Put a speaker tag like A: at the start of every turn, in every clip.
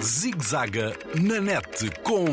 A: Zigzaga na net com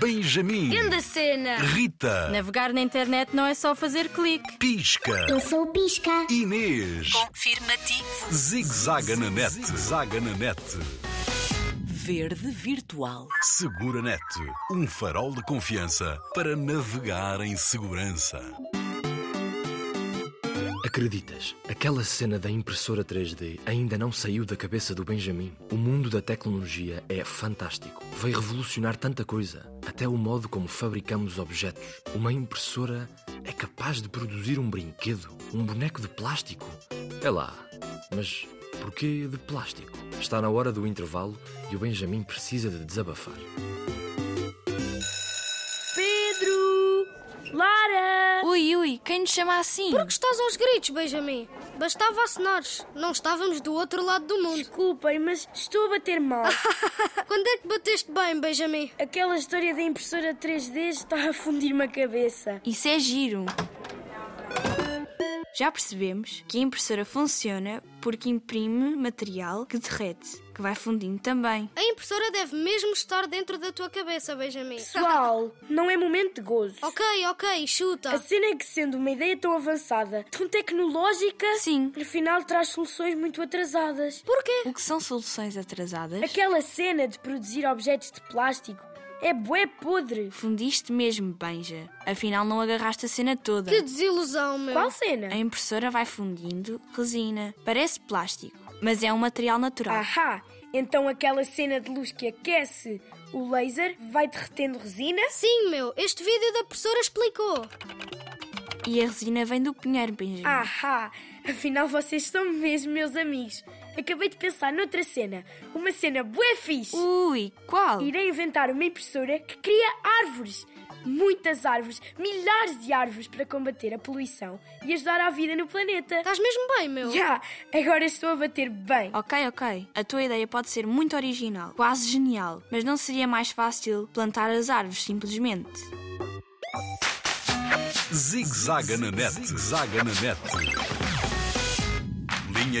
A: Benjamin,
B: Grande cena!
A: Rita,
C: Navegar na internet não é só fazer clique.
A: Pisca,
D: Eu sou o Pisca.
A: Inês.
E: Confirmativo.
A: Zigzaga na net, zaga na net.
E: Verde virtual.
A: Segura Net, um farol de confiança para navegar em segurança.
F: Acreditas? Aquela cena da impressora 3D ainda não saiu da cabeça do Benjamin. O mundo da tecnologia é fantástico. Vai revolucionar tanta coisa, até o modo como fabricamos objetos. Uma impressora é capaz de produzir um brinquedo, um boneco de plástico. É lá. Mas porquê de plástico? Está na hora do intervalo e o Benjamin precisa de desabafar.
B: Pedro! Lara!
C: Ui, ui, quem nos chama assim?
G: Porque estás aos gritos, Benjamin. Bastava acenares. Não estávamos do outro lado do mundo.
B: Desculpem, mas estou a bater mal.
G: Quando é que bateste bem, Benjamin?
B: Aquela história da impressora 3D está a fundir-me a cabeça.
C: Isso é giro. Já percebemos que a impressora funciona porque imprime material que derrete, que vai fundindo também.
G: A impressora deve mesmo estar dentro da tua cabeça, Benjamin.
B: Pessoal, não é momento de gozo.
G: Ok, ok, chuta.
B: A cena é que, sendo uma ideia tão avançada, tão tecnológica,
C: Sim.
B: afinal traz soluções muito atrasadas.
G: Porquê?
C: O que são soluções atrasadas?
B: Aquela cena de produzir objetos de plástico é bué podre.
C: Fundiste mesmo, Benja. Afinal, não agarraste a cena toda.
G: Que desilusão, meu.
B: Qual cena?
C: A impressora vai fundindo resina. Parece plástico, mas é um material natural.
B: Ahá, então aquela cena de luz que aquece o laser vai derretendo resina?
G: Sim, meu. Este vídeo da professora explicou.
C: E a resina vem do pinheiro, Benjamin.
B: Ahá, afinal vocês são mesmo meus amigos. Acabei de pensar noutra cena, uma cena bué fixe.
C: Ui, qual?
B: Irei inventar uma impressora que cria árvores. Muitas árvores, milhares de árvores para combater a poluição e ajudar à vida no planeta.
G: Estás mesmo bem, meu.
B: Já, agora estou a bater bem.
C: Ok, ok. A tua ideia pode ser muito original, quase genial, mas não seria mais fácil plantar as árvores simplesmente?
A: Zigzaga na net, zaga na net. Linha